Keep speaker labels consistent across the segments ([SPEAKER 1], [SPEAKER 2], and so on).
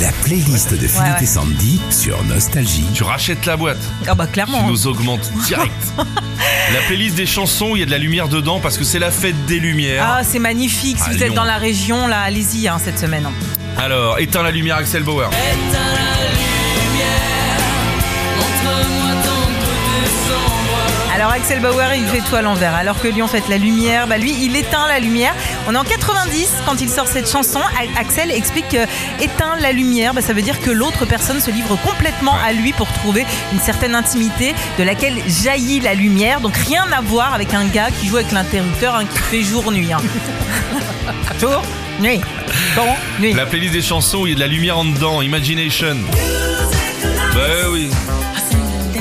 [SPEAKER 1] La playlist de Philippe et Sandy sur Nostalgie.
[SPEAKER 2] Tu rachètes la boîte,
[SPEAKER 3] Ah bah
[SPEAKER 2] tu
[SPEAKER 3] clairement.
[SPEAKER 2] nous augmentes direct. la playlist des chansons, il y a de la lumière dedans parce que c'est la fête des lumières.
[SPEAKER 3] Ah, c'est magnifique. Si
[SPEAKER 2] Ah,
[SPEAKER 3] vous êtes
[SPEAKER 2] Lyon.
[SPEAKER 3] dans la région, là, allez-y hein, cette semaine.
[SPEAKER 2] Alors, éteins la lumière Axel Bauer.
[SPEAKER 3] Alors Axel Bauer, il fait tout à l'envers. Alors que Lyon fête la lumière, bah lui, il éteint la lumière. On est en 90 quand il sort cette chanson. A- Axel explique que éteint la lumière, bah, ça veut dire que l'autre personne se livre complètement à lui pour trouver une certaine intimité de laquelle jaillit la lumière. Donc rien à voir avec un gars qui joue avec l'interrupteur, hein, qui fait jour-nuit. hein. jour, nuit, bon, nuit.
[SPEAKER 2] La playlist des chansons, il y a de la lumière en dedans, Imagination. Bah oui.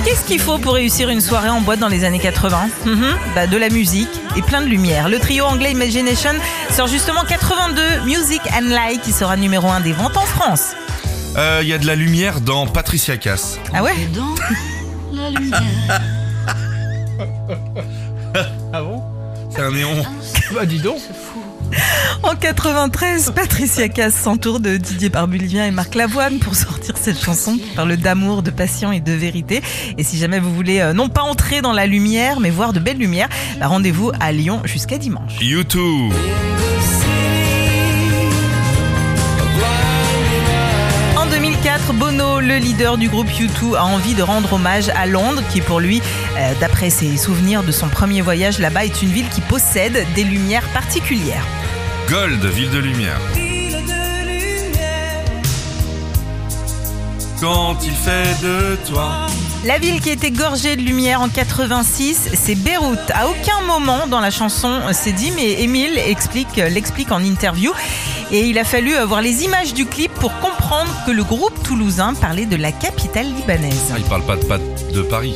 [SPEAKER 3] Qu'est-ce qu'il faut pour réussir une soirée en boîte dans les années 80 Mhm. Bah, De la musique et plein de lumière. Le trio anglais Imagination sort justement 82 Music and Light qui sera numéro 1 des ventes en France.
[SPEAKER 2] Euh, Il y a de la lumière dans Patricia Cass.
[SPEAKER 3] Ah ouais
[SPEAKER 4] Dans la lumière,
[SPEAKER 2] C'est un néon.
[SPEAKER 3] En 93, Patricia Cass s'entoure de Didier Barbulivien et Marc Lavoine pour sortir cette chanson qui parle d'amour, de passion et de vérité. Et si jamais vous voulez euh, non pas entrer dans la lumière mais voir de belles lumières, bah, rendez-vous à Lyon jusqu'à dimanche.
[SPEAKER 2] YouTube.
[SPEAKER 3] En 2004, Bono, le leader du groupe U2, a envie de rendre hommage à Londres, qui pour lui, euh, d'après ses souvenirs de son premier voyage là-bas, est une ville qui possède des lumières particulières.
[SPEAKER 2] Gold, ville de lumière. Quand il fait de toi.
[SPEAKER 3] La ville qui était gorgée de lumière en 86, c'est Beyrouth. À aucun moment dans la chanson, euh, c'est dit, mais Émile explique, euh, l'explique en interview. Et il a fallu euh, voir les images du clip pour comprendre que le groupe toulousain parlait de la capitale libanaise.
[SPEAKER 2] Ah, il parle pas de, pas de Paris.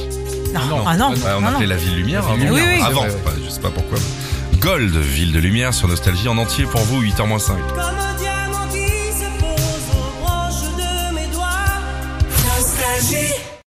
[SPEAKER 3] Non, ah non,
[SPEAKER 2] Ah,
[SPEAKER 3] non,
[SPEAKER 2] on
[SPEAKER 3] non.
[SPEAKER 2] appelait la ville lumière
[SPEAKER 3] ville lumière,
[SPEAKER 2] avant.
[SPEAKER 3] oui, oui.
[SPEAKER 2] Avant,
[SPEAKER 5] C'est vrai,
[SPEAKER 2] Enfin, je sais pas pourquoi. Gold, ville de lumière sur Nostalgie en entier pour vous, 8h 5.
[SPEAKER 6] Comme